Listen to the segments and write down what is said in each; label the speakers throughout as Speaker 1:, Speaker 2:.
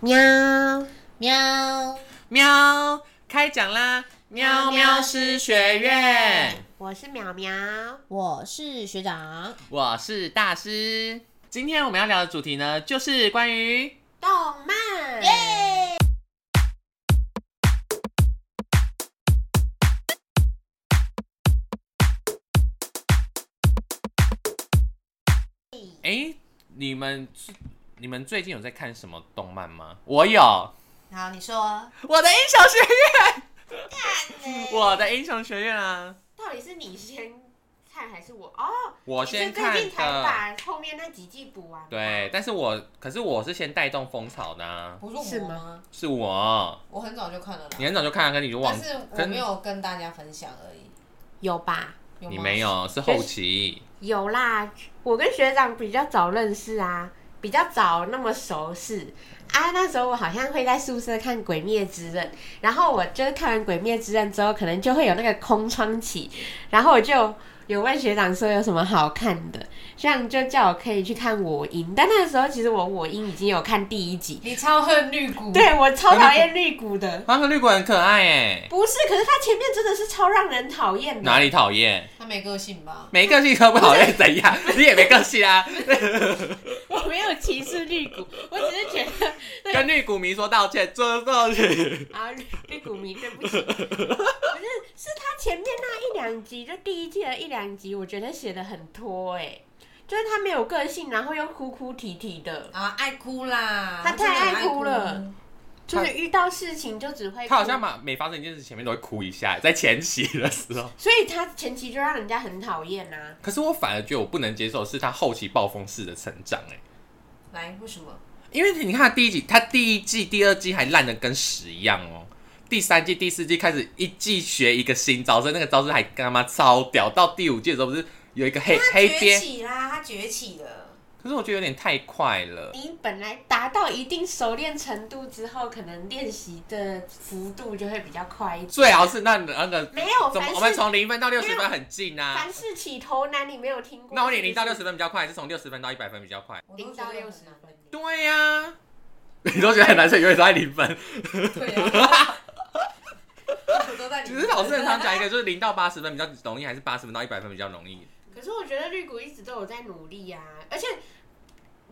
Speaker 1: 喵
Speaker 2: 喵，
Speaker 1: 喵，开讲啦！喵喵师学院，
Speaker 2: 我是淼淼，我是学长。
Speaker 1: 我是大师。今天我们要聊的主题呢，就是关于
Speaker 2: 动漫，耶！
Speaker 1: 哎、你们你们最近有在看什么动漫吗？我有，我
Speaker 2: 好，你说，啊
Speaker 1: 的英雄学院，
Speaker 2: 我
Speaker 1: 我的英雄学院啊！
Speaker 2: 到底是你先看还是我？哦，
Speaker 1: 我
Speaker 2: 你是
Speaker 1: 先
Speaker 2: 最近
Speaker 1: 看
Speaker 2: 才
Speaker 1: 的，
Speaker 2: 把后面那几季补完吗，
Speaker 1: 对，但是我可是我是先带动风潮的、啊，
Speaker 3: 不是我
Speaker 2: 是吗
Speaker 3: 吗？
Speaker 1: 是我，
Speaker 3: 我很早就看了啦
Speaker 1: 你，很早就看了，可是你就忘
Speaker 3: 但，是我
Speaker 1: 跟
Speaker 3: 没有跟大家分享而已。
Speaker 2: 有吧？
Speaker 3: 有
Speaker 1: 你
Speaker 3: 吗
Speaker 1: 没？有，是后期。
Speaker 2: 有啦，我跟学长比较早认识啊，比较早那么熟识啊。那时候我好像会在宿舍看《鬼灭之刃》，然后我就是看完《鬼灭之刃》之后，可能就会有那个空窗期，然后我就有问学长说有什么好看的，学长就叫我可以去看《我音》，但那时候其实我《我音》已经有看第一集，
Speaker 3: 你超恨绿
Speaker 1: 嗯
Speaker 3: 谷，，
Speaker 2: 对我超讨厌绿谷的。
Speaker 1: 啊，那绿谷很可爱哎，
Speaker 2: 不是，可是他前面真的是超让人讨厌的。
Speaker 1: 哪里讨厌？
Speaker 3: 他没个性吧？
Speaker 1: 没个性可不讨厌怎样？你也没个性 啊！
Speaker 2: 我没有歧视绿谷，我只是觉得
Speaker 1: 跟绿谷迷说道歉，做道歉。
Speaker 2: 啊，绿绿谷迷，对不起，不是，是他前面那一两集，就第一季的一两集，我觉得写的很拖哎、就是他没有个性，然后又哭哭啼啼的，
Speaker 3: 啊，爱哭啦，
Speaker 2: 他
Speaker 3: 真的很
Speaker 2: 太爱
Speaker 3: 爱
Speaker 2: 哭了。就是遇到事情就只会
Speaker 1: 他好像
Speaker 2: 嘛，
Speaker 1: 嘛每发生一件事，前面都会哭一下，在前期的时候。
Speaker 2: 所以他前期就让人家很讨厌啊呐。
Speaker 1: 可是我反而觉得我不能接受的是他后期暴风式的成长哎、
Speaker 3: 来，为什么？
Speaker 1: 因为你看他第一集，他第一季、第二季还烂的跟屎一样哦。第三季、第四季开始一季学一个新招式，那个招式还跟他妈超屌。到第五季的时候不是有一个黑 黑
Speaker 3: 崛
Speaker 1: 边，
Speaker 3: 起啦，他崛起了。
Speaker 1: 可是我觉得有点太快了。
Speaker 2: 你本来达到一定熟练程度之后，可能练习的幅度就会比较快一点。
Speaker 1: 最好是那那个
Speaker 2: 没有，
Speaker 1: 怎么
Speaker 2: 凡？
Speaker 1: 我们
Speaker 2: 事
Speaker 1: 从零分到六十分很近啊
Speaker 2: 凡。事起头难，你没有听过？
Speaker 1: 那我点零到
Speaker 2: 是
Speaker 1: 六
Speaker 2: 不
Speaker 1: 十
Speaker 2: 是
Speaker 1: 分比较快，还是从六十分到一百分比较快？
Speaker 3: 我都
Speaker 2: 零
Speaker 3: 觉
Speaker 2: 到
Speaker 3: 得
Speaker 2: 六
Speaker 3: 很
Speaker 2: 十
Speaker 3: 难
Speaker 2: 分。
Speaker 1: 对呀、你都觉得很难受，永远都在零分。
Speaker 3: 对 啊，我都在里
Speaker 1: 只
Speaker 3: 面
Speaker 1: 是老师很常讲一个，就是零到八十分比较容易，还是八十分到一百分比较容易？
Speaker 2: 可是我觉得绿谷一直都有在努力呀、而且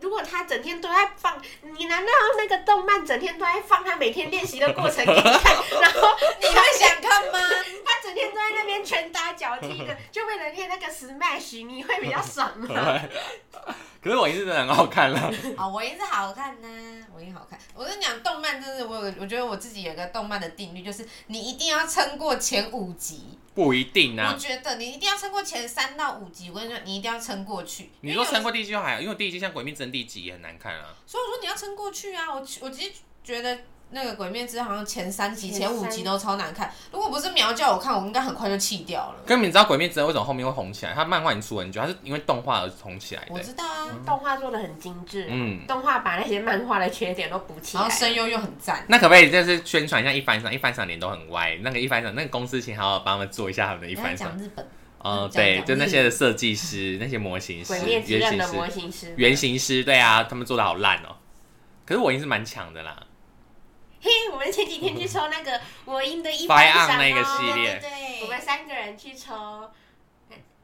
Speaker 2: 如果他整天都在放，你难道那个动漫整天都在放他每天练习的过程给你看，然后
Speaker 3: 你会想看 吗？
Speaker 2: 他整天都在那边拳打脚踢的，就为了练那个 smash，你会比较爽 吗？
Speaker 1: 对。 可是我已经真的很好看了。
Speaker 3: 啊，我也是好看呢、我也好看。我跟你讲，动漫真是我有，我觉得我自己有个动漫的定律，就是你一定要撑过前五集。
Speaker 1: 不一定
Speaker 3: 我
Speaker 1: 啊。
Speaker 3: 觉得你一定要撑过前三到五集，我跟你说，你一定要撑过去。
Speaker 1: 你说撑
Speaker 3: 过，
Speaker 1: 过第一季就还好，因为第一季像《鬼灭之刃》第一集也很难看啊。
Speaker 3: 所以我说你要撑过去啊！我我其实觉得那个《鬼灭之刃》好像前三集、
Speaker 2: 前
Speaker 3: 前五
Speaker 2: 三
Speaker 3: 集都超难看。如果不是苗叫我看，我应该很快就弃掉了。
Speaker 1: 跟你们知道《鬼灭之刃》为什么后面会红起来？它漫画已经出很久，它是因为动画而红起来
Speaker 3: 我
Speaker 1: 的。
Speaker 3: 知道啊，
Speaker 2: 动画做的很精致，
Speaker 1: 嗯，啊
Speaker 2: 动画把那些漫画的缺点都补起
Speaker 3: 然
Speaker 2: 来
Speaker 3: 后声
Speaker 2: 了。
Speaker 3: 优又很赞，
Speaker 1: 那可不可以就是宣传一下一番赏？一番赏脸都很歪，那个一番赏那个公司请好好帮他们做一下他们的一
Speaker 3: 你在
Speaker 1: 番赏
Speaker 3: 讲。日本，
Speaker 1: 哦，
Speaker 3: 讲
Speaker 1: 对，
Speaker 3: 讲
Speaker 1: 就那些的设计师、 那些模型师
Speaker 2: 鬼、灭之
Speaker 1: 原
Speaker 2: 刃
Speaker 1: 型
Speaker 2: 的模
Speaker 1: 师、
Speaker 2: 型师，
Speaker 1: 原型师，对啊，他们做的好烂哦。可是我已经是蛮强的啦，
Speaker 2: 嘿，我们前几天去抽那个我赢的一
Speaker 1: 白
Speaker 2: 番
Speaker 1: 暗
Speaker 2: 赏
Speaker 1: 嗯那个
Speaker 2: 哦
Speaker 1: 系列
Speaker 3: 对
Speaker 2: 我们三个人去抽，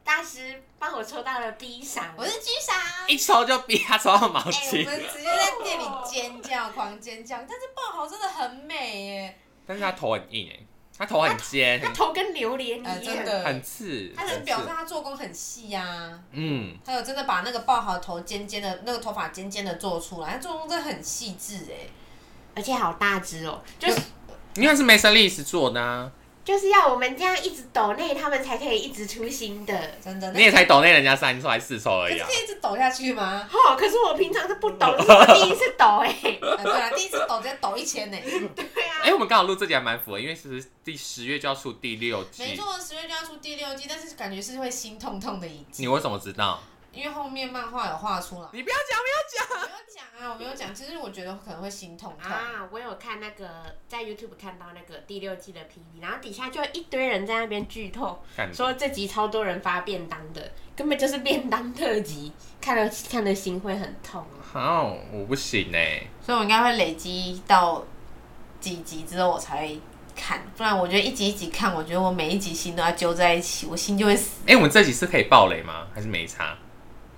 Speaker 2: 大师帮我抽到了 B 赏，
Speaker 3: 我是居傻。
Speaker 1: 一抽就逼他抽到毛
Speaker 3: 哎、我
Speaker 1: 巾。
Speaker 3: 们直接在店里尖叫，狂尖叫，但是爆豪真的很美耶，
Speaker 1: 但是他头很硬哎、他头很尖，
Speaker 2: 他
Speaker 1: 很
Speaker 2: 头跟榴莲一
Speaker 3: 呃，
Speaker 2: 样，
Speaker 3: 真
Speaker 1: 很
Speaker 3: 的，
Speaker 1: 刺，
Speaker 3: 他是
Speaker 1: 很
Speaker 3: 表示
Speaker 1: 刺。
Speaker 3: 他做工很细啊，
Speaker 1: 嗯，
Speaker 3: 还有真的把那个爆豪头尖尖的那个头发尖尖的做出来，他做工真的很细致哎。
Speaker 2: 而且好大只哦，就是
Speaker 1: 因为他是 Mason l e 做的啊，
Speaker 2: 就是要我们这样一直抖内，他们才可以一直出新的。
Speaker 3: 真的，
Speaker 1: 你也才抖内人家三抽还是四抽而
Speaker 3: 可
Speaker 1: 已
Speaker 3: 是
Speaker 1: 啊。
Speaker 3: 嗯可以一直抖下去 吗？
Speaker 2: 哦，可是我平常是不抖，这是我第一次抖哎、
Speaker 3: 啊，对啊，第一次抖直接抖一千呢。欸
Speaker 2: 对
Speaker 1: 哎、
Speaker 2: 啊，
Speaker 1: 我们刚好录这集还蛮符合，因为是第十月就要出第六
Speaker 3: 没啊
Speaker 1: 季，
Speaker 3: 错，十月就要出第六季，但是感觉是会心痛痛的一
Speaker 1: 你
Speaker 3: 季。
Speaker 1: 为什么知道？
Speaker 3: 因为后面漫画有 画出来。
Speaker 1: 你不要讲，不
Speaker 3: 我没有讲啊，我没有讲。其实我觉得可能会心痛痛。
Speaker 2: 啊，我有看那个在 YouTube 看到那个第六季的 PV，然后底下就一堆人在那边剧透，
Speaker 1: 要
Speaker 3: 嗯
Speaker 1: 讲，
Speaker 2: 说这集超多人发便当的，根本就是便当特辑，看了看的心会很痛啊。
Speaker 1: 好，我不行哎、
Speaker 3: 所以我应该会累积到几集之后我才会看，不然我觉得一集一集看，我觉得我每一集心都要揪在一起，我心就会死。
Speaker 1: 哎、我们这集是可以爆雷吗？还是没差？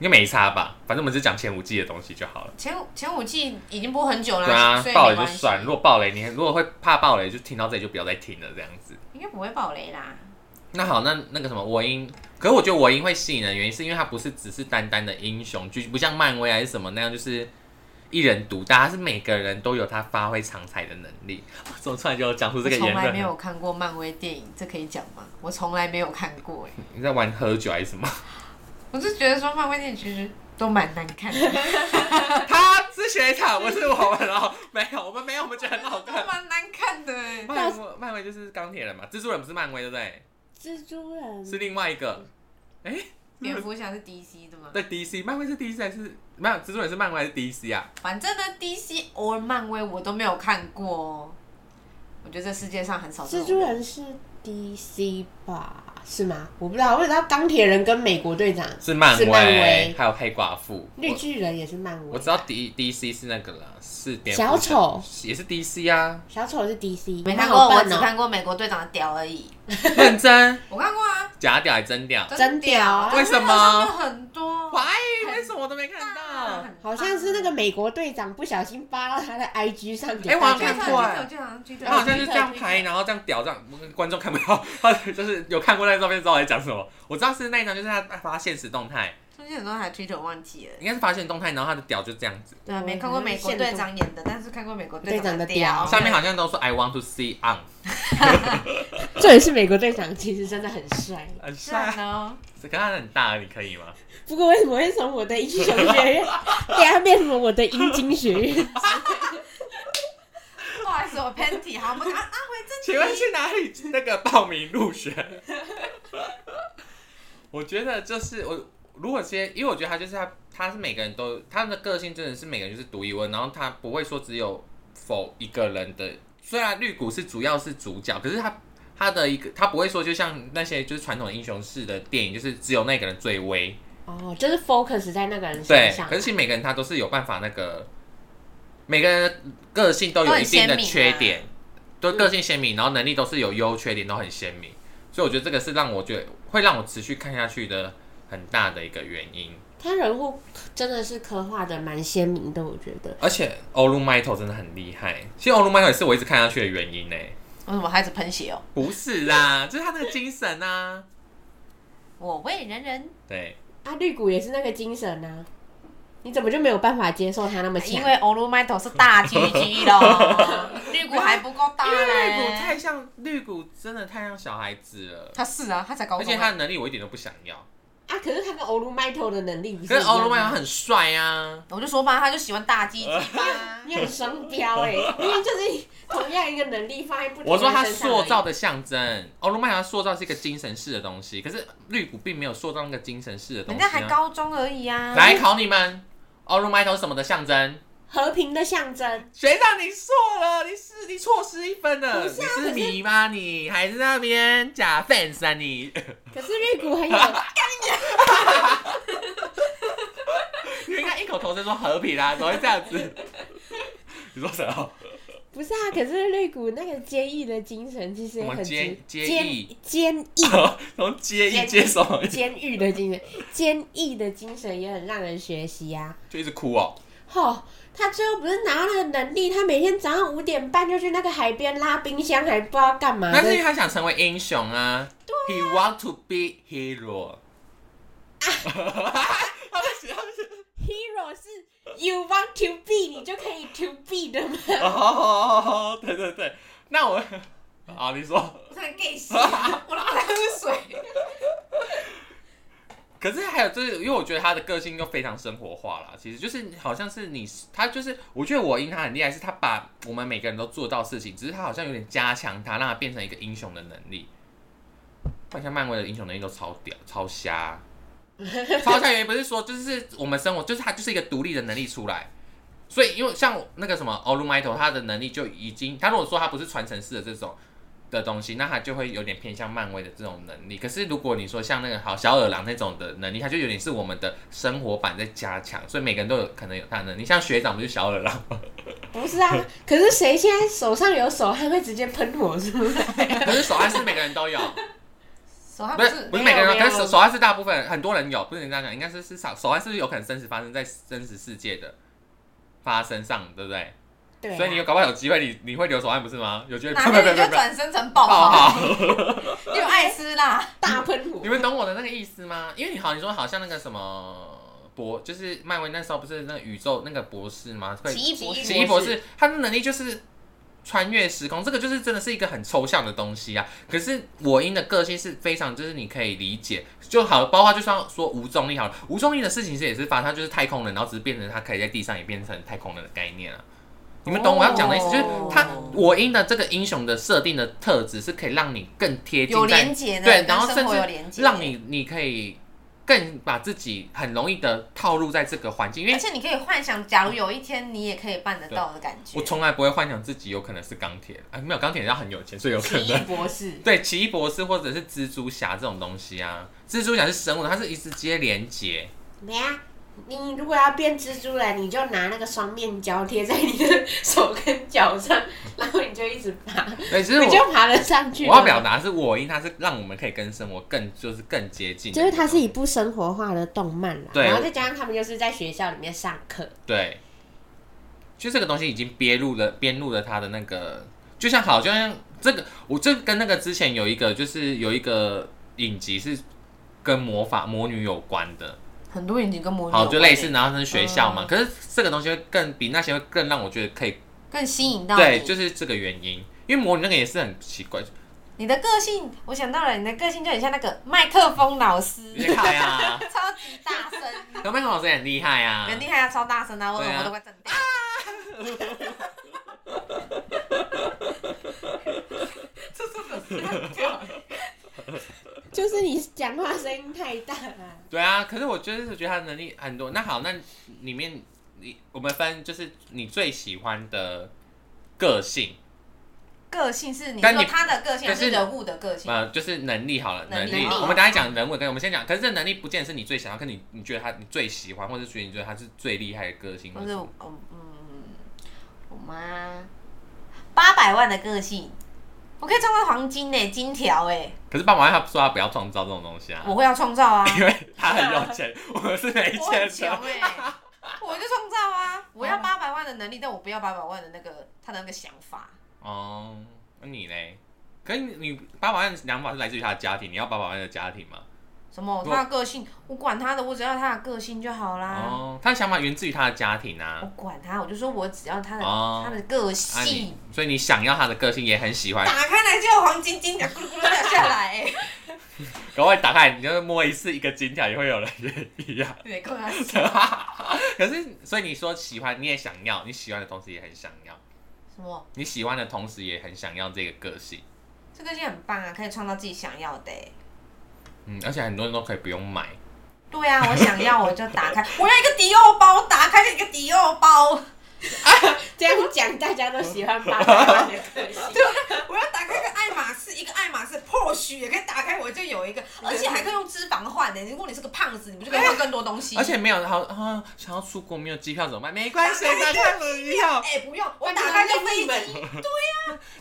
Speaker 1: 应该没差吧，反正我们只讲前五季的东西就好了。
Speaker 3: 前五前五季已经播很久了，
Speaker 1: 对啊
Speaker 3: 所，以
Speaker 1: 爆
Speaker 3: 没
Speaker 1: 雷就
Speaker 3: 关系
Speaker 1: 算。如果爆雷，你如果会怕爆雷，就听到这里就不要再听了，这样子。
Speaker 3: 应该不会爆雷啦。
Speaker 1: 那好，那那个什么我英，可是我觉得我英会吸引人的原因，是因为它不是只是单单的英雄剧，不像漫威还是什么那样，就是一人独大，它是每个人都有他发挥长才的能力。 我怎么突然就讲出这
Speaker 3: 我
Speaker 1: 个
Speaker 3: 从
Speaker 1: 言
Speaker 3: 来没
Speaker 1: 论？
Speaker 3: 有看过漫威电影，这可以讲吗？我从来没有看过、欸，
Speaker 1: 你在玩喝酒还是什么？
Speaker 3: 我是觉得说漫威电影其实都蛮难看的，
Speaker 1: 他是学长，我是我们哦，没有，我们没有，我们觉得很好
Speaker 3: 都
Speaker 1: 看。
Speaker 3: 蛮难看的、欸。
Speaker 1: 漫威漫威就是钢铁人嘛，蜘蛛人不是漫威对不对？
Speaker 2: 蜘蛛人
Speaker 1: 是另外一个。哎、
Speaker 3: 蝙 蝠侠是 DC 的吗？
Speaker 1: 对 DC，漫威是 DC 还是没有？蜘蛛人是漫威还是 DC 啊？
Speaker 3: 反正呢，DC or 漫威我都没有看过哦。我觉得这世界上很少这种
Speaker 2: 蜘蛛人是 DC 吧？是吗？我不知道，我只知道钢铁人跟美国队长
Speaker 1: 是漫
Speaker 2: 是漫威
Speaker 1: 还有黑寡妇。
Speaker 2: 绿
Speaker 1: 我
Speaker 2: 巨人也是漫威。
Speaker 1: 我知道 D DC 是那个啦，是蝙蝠
Speaker 2: 小
Speaker 1: 侠
Speaker 2: 丑
Speaker 1: 也是 DC 啊，
Speaker 2: 小丑是 DC，
Speaker 3: 没看过，
Speaker 2: 那
Speaker 3: 我
Speaker 2: 好
Speaker 3: 只
Speaker 2: 笨哦
Speaker 3: 看过美国队长的屌而已。
Speaker 1: 认真
Speaker 3: 我看过啊，
Speaker 1: 假屌还真屌
Speaker 2: 真屌啊
Speaker 1: 为什么
Speaker 3: 真的很多，
Speaker 1: ？Why？为什么我都没看到？
Speaker 2: 好像是那个美国队长不小心扒到他的 IG 上给
Speaker 1: 哎我
Speaker 2: 大
Speaker 1: 好
Speaker 2: 家
Speaker 1: 像
Speaker 2: 看。
Speaker 1: 看过哎
Speaker 3: 就好像
Speaker 1: 他好像是这样拍，然后这样屌，这样观众看不到。 他就是有看过那张照片，知道我在讲什么。我知道是那一张，就是他发现实动态，
Speaker 3: 中间很多还 Twitter 忘记了。
Speaker 1: 应该是发现动态，然后他的屌就这样子。
Speaker 3: 对啊，没看过美国队长演的，但是看过美国队长
Speaker 2: 队长的
Speaker 3: 的
Speaker 2: 屌
Speaker 1: 上面好像都说 I want to see on，
Speaker 2: 这也是美国队长，其实真的很帅。
Speaker 1: 很
Speaker 3: 是啊
Speaker 1: 帅，可 是他很大，你可以吗？
Speaker 2: 不过为什么会从我的英雄学 院，对啊，变成我的阴茎学院？
Speaker 3: 不好意思，我 p e n t y 好，我们啊啊回正
Speaker 1: 请问去哪里那个报名入学？我觉得就是我，如果先，因为我觉得他就是他，他是每个人都他的个性真的是每个人就是独一无二，然后他不会说只有否一个人的。虽然绿谷是主要是主角，可是他他的一个他不会说就像那些就是传统的英雄式的电影，就是只有那个人最威。
Speaker 2: 哦，就是 focus 在那个人身
Speaker 1: 对，
Speaker 2: 上
Speaker 1: 可。是其实每个人他都是有办法那个，每个人的个性都有一定的缺点，都个性鲜明，然后能力都是有优缺点，都很鲜明。所以我觉得这个是让我觉得会让我持续看下去的很大的一个原因。
Speaker 2: 他人物真的是刻画的蛮鲜明的，我觉得。
Speaker 1: 而且 o l u m i t o 真的很厉害，其实 o l u m i t o 也是我一直看下去的原因呢、
Speaker 3: 为什么孩子喷血哦？
Speaker 1: 不是 啦，就是他那个精神啊。
Speaker 3: 我为人人，
Speaker 1: 对，
Speaker 2: 啊，绿谷也是那个精神啊，你怎么就没有办法接受他那么
Speaker 1: 啊
Speaker 2: 强？
Speaker 3: 因为 o l u m i t o 是大 GG 咯， 绿谷还不够大
Speaker 1: 因为绿谷
Speaker 3: 嘞。
Speaker 1: 太像绿谷，真的太像小孩子了，
Speaker 3: 他是啊，他才
Speaker 1: 而
Speaker 3: 高中
Speaker 1: 且
Speaker 3: 欸。
Speaker 1: 他的能力我一点都不想要。
Speaker 2: 啊，可是他跟欧鲁麦头的能力不是
Speaker 1: 可
Speaker 2: 一
Speaker 1: 是
Speaker 2: 样啊吗。
Speaker 1: o l u m i t o 很帅啊。
Speaker 3: 我就说吧，他就喜欢大鸡鸡吧
Speaker 2: 你很双标哎、因为就是同样一个能力放在 不同
Speaker 1: 我说
Speaker 2: 人
Speaker 1: 它
Speaker 2: 身上
Speaker 1: 塑造
Speaker 2: 而
Speaker 1: 的象征，欧罗曼它塑造是一个精神式的东西，可是绿谷并没有塑造那个精神式的东
Speaker 3: 人
Speaker 1: 西、啊。
Speaker 3: 家还高中而已啊。
Speaker 1: 来考你们，欧罗曼头什么的象征？
Speaker 2: 已和平的象征。
Speaker 1: 学长，你错了，你是你错失一分了，
Speaker 2: 不是啊
Speaker 1: 你是迷吗你？还是那边假 fans 啊你？
Speaker 2: 可是绿谷很有，
Speaker 1: 你应该异口同声说和平啦、怎么会这样 子？你说谁啊？
Speaker 2: 不是啊？可是绿谷那个坚毅的精神其实也
Speaker 1: 什
Speaker 2: 很
Speaker 1: 么坚
Speaker 2: 值
Speaker 1: 坚毅
Speaker 2: 坚毅
Speaker 1: 从接
Speaker 2: 监
Speaker 1: 一接手
Speaker 2: 监狱的精神，坚毅的精神也很让人学习啊。
Speaker 1: 就一直哭哦。
Speaker 2: 吼、他最后不是拿到那个能力，他每天早上五点半就去那个海边拉冰箱，还不知道干嘛
Speaker 1: 那是因为
Speaker 2: 的。
Speaker 1: 他想成为英雄啊。He want to be hero。他们喜欢
Speaker 2: Hero 是 you want to be，你就可以 to be 的吗？
Speaker 1: 哦，对对对，那我 啊，你说，
Speaker 3: 我很 gay 死啊， 我拿来喝水。
Speaker 1: 可是还有就是，因为我觉得他的个性又非常生活化啦，其实就是好像是你他就是，我觉得我因他很厉害，是他把我们每个人都做到事情，只是他好像有点加强他，让他变成一个英雄的能力。不然像漫威的英雄能力都超屌、超瞎，超强原因不是说就是我们生活，就是他就是一个独立的能力出来。所以因为像那个什么 o l u m i t o 他的能力就已经，他如果说他不是传承式的这种的东西，那他就会有点偏向漫威的这种能力。可是如果你说像那个好小耳狼那种的能力，他就有点是我们的生活版在加强，所以每个人都有可能有他的能力。像学长不是小耳狼吗？
Speaker 2: 不是啊，可是谁现在手上有手汗会直接喷火出来？
Speaker 1: 可是手汗是每个人都有，
Speaker 3: 手汗
Speaker 1: 不
Speaker 3: 不
Speaker 1: 是
Speaker 3: 是
Speaker 1: 不是
Speaker 2: 没
Speaker 1: 每
Speaker 2: 有
Speaker 1: 个人
Speaker 2: 没
Speaker 1: 都有，
Speaker 2: 有
Speaker 1: 可是手手汗是大部分很多人有，不能这样讲，应该是是少手汗是不是有可能真实发生在真实世界的发生上，对不对？
Speaker 2: 对、啊，
Speaker 1: 所以你有搞不好有机会，你你会留手汗不是吗？有机会，
Speaker 3: 哪 天你就转身成宝
Speaker 1: 爆
Speaker 3: 宝，
Speaker 1: 好，
Speaker 3: 又爱吃辣，
Speaker 2: 大喷火
Speaker 1: 你，们懂我的那个意思吗？因为你好，你说好像那个什么博，就是漫威那时候不是那个宇宙那个博士吗？会
Speaker 3: 奇异博士
Speaker 1: 奇异博士，他的能力就是穿越时空，这个就是真的是一个很抽象的东西啊。可是我因的个性是非常，就是你可以理解就好，包括就算说无重力好了，无重力的事情是也是发生，他就是太空人，然后只是变成他可以在地上也变成太空人的概念啊。你们懂我要讲的意思，就是
Speaker 3: 哦
Speaker 1: 他我因的这个英雄的设定的特质是可以让你更贴近
Speaker 3: 有
Speaker 1: 在
Speaker 3: 连结的，
Speaker 1: 对，然后
Speaker 3: 跟
Speaker 1: 甚
Speaker 3: 生活有连
Speaker 1: 至
Speaker 3: 结，
Speaker 1: 让。你你可以更把自己很容易的套入在这个环境，因
Speaker 3: 而
Speaker 1: 为
Speaker 3: 且你可以幻想，假如有一天你也可以办得到的感觉。
Speaker 1: 我从来不会幻想自己有可能是钢铁啊，没有钢铁人要很有钱，所以有可
Speaker 2: 奇异
Speaker 1: 能。
Speaker 2: 博士，
Speaker 1: 对，奇异博士或者是蜘蛛侠这种东西啊，蜘蛛侠是生物的，它是一直接连接。
Speaker 2: 没啊。你如果要变蜘蛛人，你就拿那个双面胶贴在你的手跟脚上，然后你就一直爬，
Speaker 1: 对，其实
Speaker 2: 你
Speaker 1: 我
Speaker 2: 就爬得上去了。
Speaker 1: 我要表达的是我因它是让我们可以跟生活更就是更接近的
Speaker 2: 就
Speaker 1: 那
Speaker 2: 是它
Speaker 1: 种，
Speaker 2: 是一部生活化的动漫啦，
Speaker 1: 对
Speaker 2: 然后再加上他们又是在学校里面上课，
Speaker 1: 对，就这个东西已经憋入了，编入了他的那个，就像好，就像这个，我这跟那个之前有一个，就是有一个影集是跟魔法魔女有关的，
Speaker 3: 很多人已经跟魔女
Speaker 1: 好，
Speaker 3: 有
Speaker 1: 就
Speaker 3: 关
Speaker 1: 类似，
Speaker 3: 欸
Speaker 1: 然后是学校嘛，
Speaker 3: 嗯
Speaker 1: 可是这个东西会更比那些会更让我觉得可以，
Speaker 3: 更吸引到
Speaker 1: 对，
Speaker 3: 你
Speaker 1: 就是这个原因，因为魔女那个也是很奇 怪，
Speaker 3: 你的个性，我想到了，你的个性就很像那个麦克风 老师，
Speaker 1: 你看呀，
Speaker 3: 超级大 声，
Speaker 1: 小妹老师也很厉害啊，
Speaker 3: 很厉害啊，超大声啊，我
Speaker 1: 对啊
Speaker 3: 耳朵都快震掉。 这真的是很屌
Speaker 2: 就是你讲话声音太大了。
Speaker 1: 对啊，可是我就是觉得他的能力很多。那好，那里面你我们分就是你最喜欢的个性，
Speaker 3: 个性是你
Speaker 1: 但
Speaker 3: 说
Speaker 1: 你
Speaker 3: 他的个性还
Speaker 1: 可
Speaker 3: 是
Speaker 1: 是
Speaker 3: 人物的个性？
Speaker 1: 呃，就是能力好了，
Speaker 3: 能
Speaker 1: 能
Speaker 3: 力
Speaker 1: 力。
Speaker 3: 好
Speaker 1: 我们等一下讲人物跟我们先讲，可是这能力不见得是你最想要，跟你你觉得他你最喜欢，或者觉得你觉得他是最厉害的个性，
Speaker 3: 或
Speaker 1: 或
Speaker 3: 是
Speaker 1: 者
Speaker 3: 我嗯嗯，我妈八百万的个性，我可以创造黄金呢、金条哎、
Speaker 1: 可是爸爸妈妈他说他不要创造这种东西啊，
Speaker 3: 我会要创造 啊，
Speaker 1: 因为他很有钱，我们是没
Speaker 3: 我很
Speaker 1: 钱
Speaker 3: 穷
Speaker 1: 的。
Speaker 3: 哎、我就创造 啊，我要八百万的能力，但我不要八百万的那个他的那个想法。
Speaker 1: 哦，那你嘞？可是你你八百万的想法是来自于他的家庭，你要八百万的家庭吗？
Speaker 3: 什么？
Speaker 1: 我
Speaker 3: 他的个性，我管他的，我只要他的个性就好啦。
Speaker 1: 哦，他的想法源自于他的家庭啊。
Speaker 3: 啊我管他，我就说我只要他的、
Speaker 1: 哦
Speaker 3: 他的个
Speaker 1: 啊
Speaker 3: 性
Speaker 1: 你，，所以你想要他的个性，也很喜欢。
Speaker 3: 打开来就有黄金金条咕噜咕噜掉下来、 欸。
Speaker 1: 赶快打开，你就摸一次一个金条，也会有人愿意啊。
Speaker 3: 没关系。
Speaker 1: 可是，所以你说喜欢，你也想要，你喜欢的同时也很想要，
Speaker 3: 什么？
Speaker 1: 你喜欢的同时也很想要这个个性。
Speaker 3: 这个性很棒啊，可以创造自己想要的、欸。
Speaker 1: 嗯，而且很多人都可以不用买。
Speaker 3: 对啊，我想要我就打 开，我要一个迪奥包，打开一个迪奥包，
Speaker 2: 这样讲大家都喜欢八百万的个性，
Speaker 3: 我要打开一个爱马仕，一个爱马仕 Porsche 也可以打开，我就有一个，而且还可以用脂肪换的、如果你是个胖子，你不就可以换更多东西？
Speaker 1: 而且没有好啊，想要出国没有机票怎么办？没关系，打开门票，
Speaker 3: 哎、不用，我打开就飞
Speaker 2: 那
Speaker 3: 机。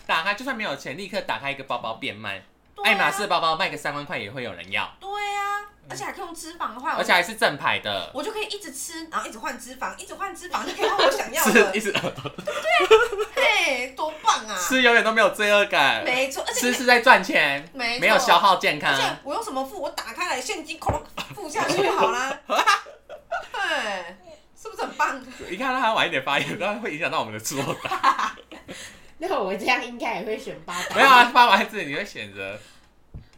Speaker 1: 打开就算没有钱，立刻打开一个包包变卖，
Speaker 3: 对啊
Speaker 1: 爱马仕。包包卖个三万块也会有人要，
Speaker 3: 对啊，而且还可以用脂肪换，
Speaker 1: 而且还是正牌的，
Speaker 3: 啊我就可以一直吃，然后一直换脂肪，一直换脂肪就可以换我想要
Speaker 1: 吃一
Speaker 3: 的。啊
Speaker 1: 直
Speaker 3: 嘿，多棒啊！
Speaker 1: 吃永远都没有罪恶感，
Speaker 3: 没错，而且
Speaker 1: 吃
Speaker 3: 你
Speaker 1: 是在赚钱，
Speaker 3: 没错
Speaker 1: 没有消耗健康
Speaker 3: 而。且我用什么付？我打开来现金，哐啷付下去好啦。对，是不是很棒？
Speaker 1: 你看他晚一点发言，当然会影响到我们的作答。
Speaker 2: 那我这样应该也会选八百。
Speaker 1: 没有啊，八百万字你会选择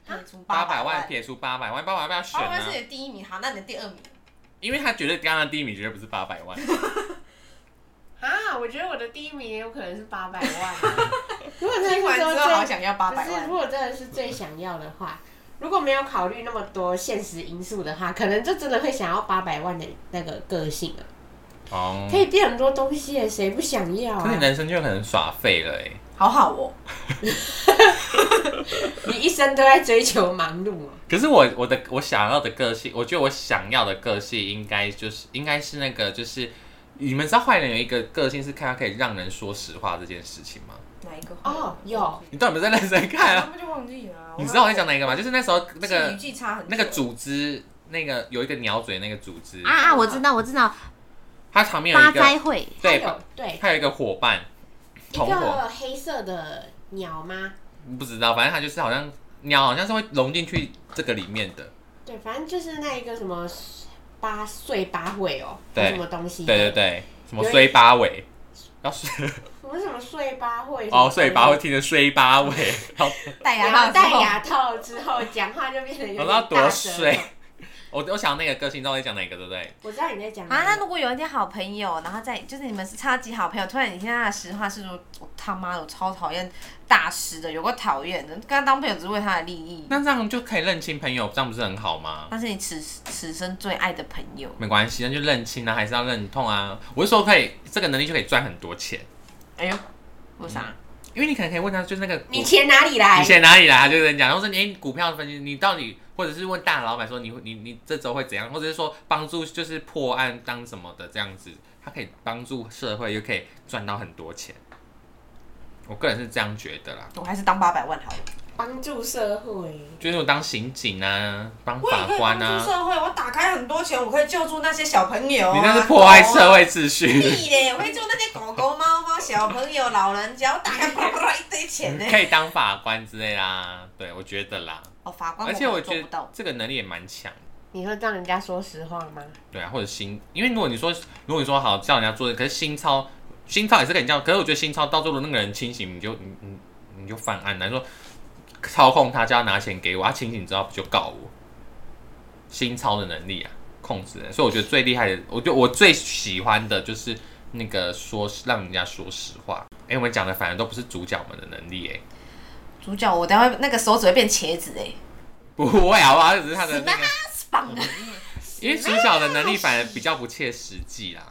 Speaker 3: 撇除
Speaker 1: 八百
Speaker 3: 百
Speaker 1: 万，，撇除八百万，八百万要选
Speaker 3: 八百万
Speaker 1: 啊
Speaker 3: 是，你的第一名，好，那你的第二名，
Speaker 1: 因为他绝对刚刚第一名绝对不是八百万，
Speaker 2: 啊，我觉得我的第一名也有可能是八百万、啊。如果真的
Speaker 3: 听
Speaker 2: 是
Speaker 3: 完
Speaker 2: 说
Speaker 3: 之后好
Speaker 2: 最，
Speaker 3: 想要八百
Speaker 2: 不是
Speaker 3: 万
Speaker 2: 如，果真的是最想要的话，如果没有考虑那么多现实因素的话，可能就真的会想要八百万的那个个性啊，
Speaker 1: 哦，
Speaker 2: 可以变很多东西耶，谁不想要
Speaker 1: 可是你
Speaker 2: 啊？
Speaker 1: 人生就很耍废了哎、
Speaker 3: 好好哦，
Speaker 2: 你一生都在追求忙碌、哦，
Speaker 1: 可是我我的我想要的个性，我觉得我想要的个性应该就是应该是那个就是，你们知道坏人有一个个性是看他可以让人说实话这件事情吗？
Speaker 3: 哪一个？
Speaker 2: 哦有
Speaker 1: 你到底有没有在认真看
Speaker 3: 那
Speaker 1: 啊？
Speaker 3: 不就忘记了啊？
Speaker 1: 你知道我在讲哪一个吗？就是那时候那
Speaker 3: 语
Speaker 1: 个
Speaker 3: 句差很
Speaker 1: 那个组织，那个有一个鸟嘴那个组织，
Speaker 4: 啊啊，我知道，我知道，
Speaker 1: 它旁边有
Speaker 4: 八
Speaker 1: 一个
Speaker 4: 灾会，
Speaker 1: 对
Speaker 2: 还有对
Speaker 1: 它有一个伙伴
Speaker 2: 一
Speaker 1: 同伙，
Speaker 2: 个黑色的鸟吗？
Speaker 1: 不知道，反正它就是好像鸟好像是会融进去这个里面的。
Speaker 2: 对，反正就是那一个什么八岁八会哦，
Speaker 1: 对
Speaker 2: 还是什么东西？
Speaker 1: 对对，对，什么
Speaker 2: 有一
Speaker 1: 衰八尾，要睡
Speaker 2: 什么什么岁八会
Speaker 1: 哦，睡八会
Speaker 2: 会，
Speaker 1: 听着衰 八尾，然后
Speaker 3: 戴牙
Speaker 2: 然后
Speaker 3: 套，
Speaker 2: 戴，牙套之后讲话就变得有点
Speaker 1: 我知道
Speaker 2: 大
Speaker 1: 多
Speaker 2: 舌头
Speaker 1: 衰。我我想那个个性，你知道我在讲哪个对不对？
Speaker 2: 我知道你在讲
Speaker 3: 啊，
Speaker 2: 哪
Speaker 3: 那
Speaker 2: 里
Speaker 3: 如果有一天好朋友，然后再就是你们是超级好朋友，突然你现在的实话是说，我他妈的我超讨厌大师的，有个讨厌的，跟他当朋友只是为他的利益，
Speaker 1: 那这样就可以认清朋友，这样不是很好吗？
Speaker 3: 他是你此此生最爱的朋友。
Speaker 1: 没关系，那就认清啊，还是要认痛啊。我是说可以，这个能力就可以赚很多钱，
Speaker 3: 哎呦，为啥？
Speaker 1: 因为你可能可以问他，就是那个股
Speaker 2: 你钱哪里来
Speaker 1: 你？钱哪里来、啊，就是人讲，然后说你、哎股票的分析，你到底或者是问大老板说你会你你这周会怎样，或者是说帮助就是破案当什么的这样子，他可以帮助社会，又可以赚到很多钱。我个人是这样觉得啦，
Speaker 3: 我还是当八百万好了。
Speaker 2: 帮助社会。
Speaker 1: 就是我当刑警啊，当
Speaker 3: 我也
Speaker 1: 法
Speaker 3: 可以帮
Speaker 1: 官
Speaker 3: 助
Speaker 1: 啊，
Speaker 3: 社会，我打开很多钱，我可以救助那些小朋友、啊。
Speaker 1: 你那是破坏社
Speaker 3: 会。
Speaker 1: 会秩序，
Speaker 3: 屁嘞！我会救那些狗狗、猫猫、小朋友、老人家，我打开啪啪啪一堆钱 呢。
Speaker 1: 可以当法官之类啦。对，我觉得啦，
Speaker 3: 哦，法官，
Speaker 1: 而且我
Speaker 3: 做
Speaker 1: 觉
Speaker 3: 不到
Speaker 1: 得。这个能力也蛮强的。
Speaker 2: 你会让人家说实话吗？
Speaker 1: 对啊，或者新，因为如果你说，如果你说好叫人家做，可是新操，新操也是可以叫，可是我觉得新操到最后那个人清醒，你就你你你就犯案了，你说操控他叫他拿钱给我，他清醒之后不就告我？新操的能力啊，控制人，所以我觉得最厉害的，我就我最喜欢的就是那个说让人家说实话。哎、我们讲的反而都不是主角们的能力、哎，
Speaker 3: 主角，我等下会那个手指会变茄子哎，
Speaker 1: 不会好不好？只是他的那个。
Speaker 3: 棒啊！
Speaker 1: 因为主角的能力反而比较不切实际啦，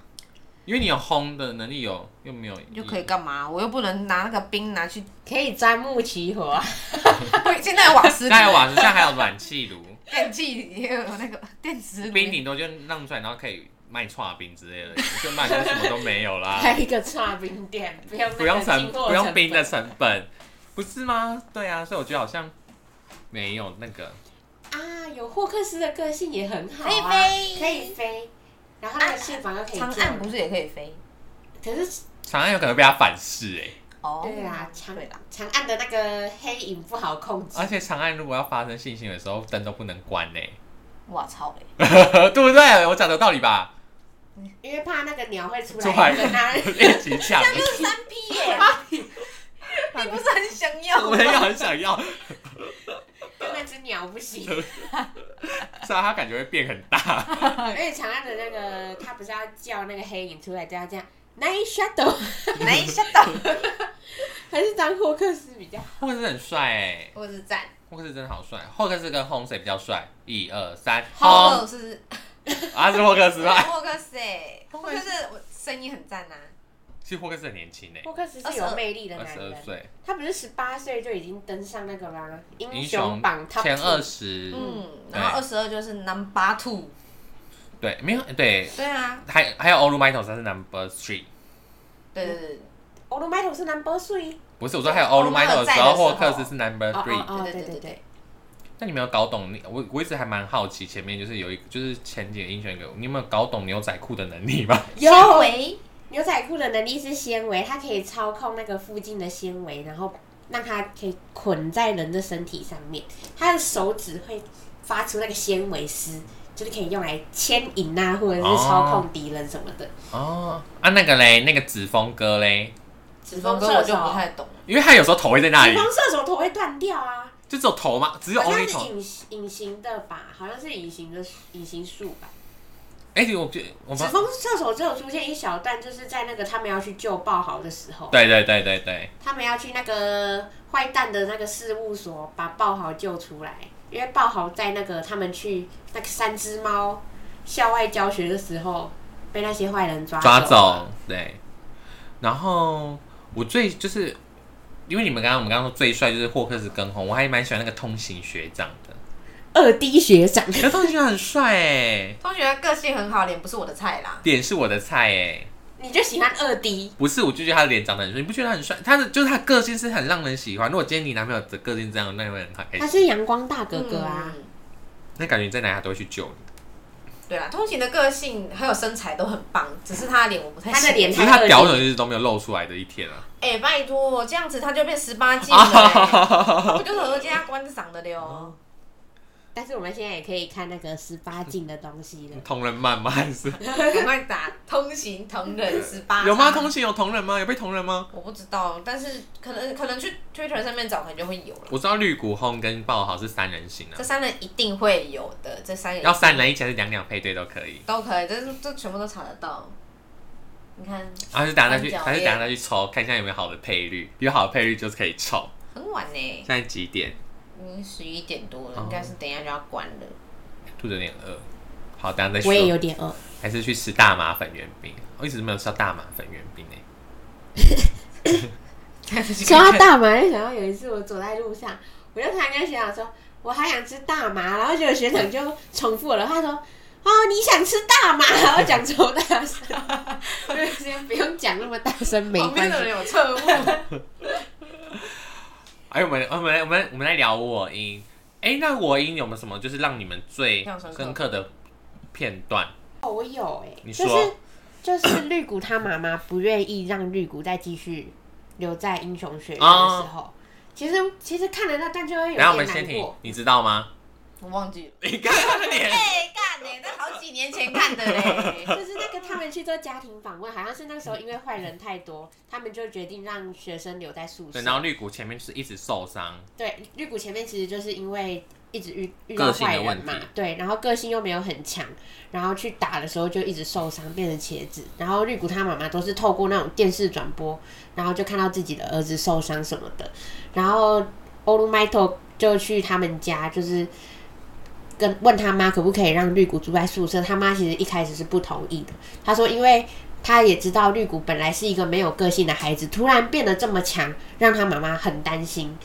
Speaker 1: 因为你有轰的能力有，又没有
Speaker 3: 你就可以干嘛？我又不能拿那个冰拿去，
Speaker 2: 可以钻木取火啊，
Speaker 3: 现在有瓦斯
Speaker 1: 现
Speaker 3: 炉，
Speaker 1: 在有瓦斯，现在还有暖气炉、
Speaker 3: 电器也有那个电磁炉，
Speaker 1: 冰顶多就弄出来，然后可以卖串冰之类的， 就卖就什么都没有啦，
Speaker 2: 开一个差冰店，不用那个
Speaker 1: 啊不用成
Speaker 2: 进货
Speaker 1: 不用冰的
Speaker 2: 成
Speaker 1: 成本，不是吗？对啊，所以我觉得好像没有那个，
Speaker 2: 本啊。有霍克斯的个性也很好、啊，
Speaker 3: 可以飞
Speaker 2: 可以飞，然后那个翅膀又可以
Speaker 3: 长
Speaker 2: 降
Speaker 3: 按不是也可以飞？
Speaker 2: 可是
Speaker 1: 长安有可能被他反噬哎、
Speaker 3: 哦，
Speaker 2: 对啦，长
Speaker 3: 对啦，
Speaker 2: 长按的那个黑影不好控制
Speaker 1: 而。且长安如果要发生性行为的时候，灯都不能关哎、
Speaker 3: 我操嘞！
Speaker 1: 对不对？我讲的有道理吧？
Speaker 2: 因为怕那个鸟会出
Speaker 1: 出来
Speaker 2: 来 跟它
Speaker 1: 一起抢，
Speaker 3: 三 P 耶， 你不是很想 要
Speaker 1: 我
Speaker 3: 吗？
Speaker 1: 也很想要。
Speaker 2: 跟那只鸟不 行。
Speaker 1: 虽然它啊感觉会变很大，
Speaker 2: 而且长按的那个，它不是要叫那个黑影出来，叫它这样 night shadow，
Speaker 3: 没想到，
Speaker 2: 还是当霍克斯比较好？
Speaker 1: 霍克斯很帅哎、
Speaker 3: 我是赞。
Speaker 1: 霍克斯真的好帅。霍克斯跟轰谁比较帅？一二三，
Speaker 3: 好
Speaker 1: 轰！
Speaker 3: 是
Speaker 1: 啊是霍克斯 吧？
Speaker 3: 霍克斯哎，霍克斯我声音很赞呐。啊
Speaker 1: 其实霍克斯很年轻哎、
Speaker 2: 霍克斯是有魅力的
Speaker 1: 二
Speaker 2: 男
Speaker 1: 十二
Speaker 2: 人，
Speaker 1: 岁，
Speaker 2: 他不是十八岁就已经登上那个吗？英
Speaker 1: 英
Speaker 2: 雄
Speaker 1: 雄
Speaker 2: 榜 top
Speaker 1: 前
Speaker 2: two
Speaker 1: 二十，
Speaker 3: 嗯，
Speaker 1: 对
Speaker 3: 然后二十二就是 Number Two。
Speaker 1: 对，没有对，
Speaker 3: 对啊，
Speaker 1: 还还有欧鲁麦头他是 number three，
Speaker 3: 对对对，
Speaker 2: o l d m i t 是 number three。
Speaker 1: 不是我说还有欧鲁麦头的时候，
Speaker 3: 欧
Speaker 1: 霍
Speaker 3: 鲁麦头在的
Speaker 1: 克
Speaker 3: 时候
Speaker 1: 斯是 number
Speaker 2: 哦
Speaker 1: three。
Speaker 2: 哦哦，对
Speaker 3: 对对
Speaker 2: 对
Speaker 3: 对
Speaker 2: 对，
Speaker 1: 那你没有搞懂？你我我一直还蛮好奇，前面就是有一个就是前几个英雄有，你有没有搞懂牛仔裤的能力吗？
Speaker 3: 纤
Speaker 2: 有
Speaker 3: 维
Speaker 2: 牛仔裤的能力是纤维，它可以操控那个附近的纤维，然后让它可以捆在人的身体上面。它的手指会发出那个纤维丝，就是可以用来牵引啊，或者是操控敌人什么的。
Speaker 1: 哦，啊那个嘞，那个紫峰哥嘞，
Speaker 2: 指
Speaker 3: 风格我就不太懂。
Speaker 1: 因为他有时候头会在那
Speaker 2: 指
Speaker 1: 里，
Speaker 2: 缝射手头会断掉啊。
Speaker 1: 哎就只有头吗？只有
Speaker 2: 好
Speaker 1: only
Speaker 2: 像
Speaker 1: 头
Speaker 2: 是？隐形隐形的吧，好像是隐形的隐形术吧。
Speaker 1: 哎、我觉得我
Speaker 2: 纸
Speaker 1: 们
Speaker 2: 风射手只有出现一小段，就是在那个他们要去救爆豪的时候，
Speaker 1: 对对对对对，
Speaker 2: 他们要去那个坏蛋的那个事务所把爆豪救出来，因为爆豪在那个他们去那个三只猫校外教学的时候，被那些坏人抓
Speaker 1: 抓
Speaker 2: 走
Speaker 1: 走，对。然后我最就是，因为你们刚刚我们刚刚说最帅就是霍克斯跟红，我还蛮喜欢那个通行学长的，
Speaker 2: 二 D 学长，
Speaker 1: 可是通行学长很帅哎、
Speaker 3: 同学个性很好，脸不是我的菜啦。
Speaker 1: 脸是我的菜哎、
Speaker 2: 你就喜欢二 D，
Speaker 1: 不是，我就觉得他的脸长得很帅，你不觉得他很帅？他的就是他的个性是很让人喜欢。如果今天你男朋友的个性这样，那你会很开
Speaker 2: 他
Speaker 1: 心，
Speaker 2: 是阳光大哥哥啊，
Speaker 3: 嗯
Speaker 1: 那感觉你在哪里他都会去救你。
Speaker 3: 对啦，通勤的个性还有身材都很棒，只是他的脸我不太喜欢
Speaker 2: 他的脸
Speaker 1: 只是他屌的就是都没有露出来的一天啊。
Speaker 3: 哎、拜托，这样子他就变十八禁了、
Speaker 2: 啊
Speaker 3: 欸，不就是我家观赏的了哟。
Speaker 2: 但是我们现在也可以看那个十八禁的东西了。
Speaker 1: 同人漫吗？还是
Speaker 3: 赶快打通行同人十八，
Speaker 1: 有吗？通行有同人吗？有被同人吗？
Speaker 3: 我不知道，但是可能可能去 Twitter 上面找，可能就会有了。
Speaker 1: 我知道绿谷轰跟爆豪是三人行啊
Speaker 3: 这，三人一定会有的，这三人
Speaker 1: 要三人一起还是两两配对都可以。
Speaker 3: 都可以，这是这全部都查得到。你看，
Speaker 1: 然后就等下再去，
Speaker 3: 三角
Speaker 1: 还是
Speaker 3: 恋
Speaker 1: 等下再去抽，看一下有没有好的配率，有好的配率就是可以抽。
Speaker 3: 很晚呢
Speaker 1: 现，在几点？
Speaker 3: 已经十一点多了，
Speaker 1: 哦
Speaker 3: 应该是等一下就要 关了。
Speaker 1: 肚子有点饿，好，等下再
Speaker 2: 我也有
Speaker 1: 说。
Speaker 2: 点饿，
Speaker 1: 还是去吃大麻粉圆饼，哦我一直没有吃到大麻粉圆饼欸诶。
Speaker 2: 说到大麻，就想到有一次我走在路上，我就突然跟学长说，我还想吃大麻，然后结果学长就重复了，他说。哦，你想吃大麻， 然后讲超大声，我就先不用讲那么大声，没
Speaker 3: 旁
Speaker 2: 关
Speaker 3: 边的
Speaker 2: 系。
Speaker 3: 人有侧目，
Speaker 1: 哎，我们我们我们我们来聊我音。哎，那我音有没有什么就是让你们最
Speaker 3: 印象深刻
Speaker 1: 深刻的片段？
Speaker 2: 哦，我有哎、
Speaker 1: 你
Speaker 2: 就
Speaker 1: 说
Speaker 2: 是就是绿谷他妈妈不愿意让绿谷再继续留在英雄学院的时候，
Speaker 1: 哦
Speaker 2: 其实其实看了那段就会有
Speaker 1: 然后我
Speaker 2: 点
Speaker 1: 们先
Speaker 2: 难
Speaker 1: 停
Speaker 2: 过，，
Speaker 1: 你知道吗？
Speaker 3: 我忘记了。
Speaker 1: 你看他的脸，
Speaker 3: 哎，干呢？那好几年前看的嘞。
Speaker 2: 就是那个他们去做家庭访问，好像是那时候因为坏人太多，他们就决定让学生留在宿舍
Speaker 1: 对，。然后绿谷前面就是一直受伤，
Speaker 2: 对，绿谷前面其实就是因为一直遇遇到
Speaker 1: 个性的
Speaker 2: 坏人嘛
Speaker 1: 问题，
Speaker 2: 对，然后个性又没有很强，然后去打的时候就一直受伤，变成茄子。然后绿谷他妈妈都是透过那种电视转播，然后就看到自己的儿子受伤什么的。然后欧鲁麦托就去他们家，就是跟问他妈可不可以让绿谷住在宿舍。他妈其实一开始是不同意的，他说因为。他也知道绿谷本来是一个没有个性的孩子，突然变得这么强，让他妈妈很担心。